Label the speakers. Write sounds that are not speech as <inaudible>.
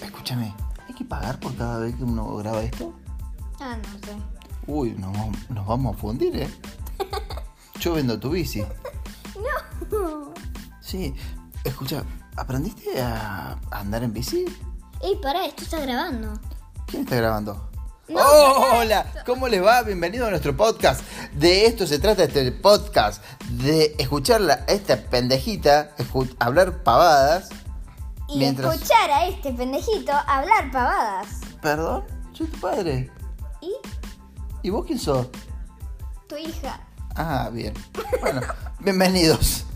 Speaker 1: Escúchame, ¿hay que pagar por cada vez que uno graba esto?
Speaker 2: Ah, no sé.
Speaker 1: Uy, nos, vamos- nos vamos a fundir,
Speaker 2: <laughs>
Speaker 1: ¿eh? Yo vendo tu bici.
Speaker 2: No.
Speaker 1: Sí, escucha, ¿aprendiste a a andar en bici?
Speaker 2: Ey, pará, esto está grabando.
Speaker 1: ¿Quién está grabando?
Speaker 2: No,
Speaker 1: ¡Oh, hola! ¿Cómo les va? Bienvenido a nuestro podcast. De esto se trata este podcast. De escucharla a esta pendejita escu- hablar pavadas.
Speaker 2: Y
Speaker 1: Mientras-
Speaker 2: escuchar a este pendejito hablar pavadas.
Speaker 1: ¿Perdón? Soy tu padre.
Speaker 2: Y
Speaker 1: ¿Y vos quién sos?
Speaker 2: tu hija.
Speaker 1: Ah, bien. Bueno, bienvenidos.
Speaker 2: Ah.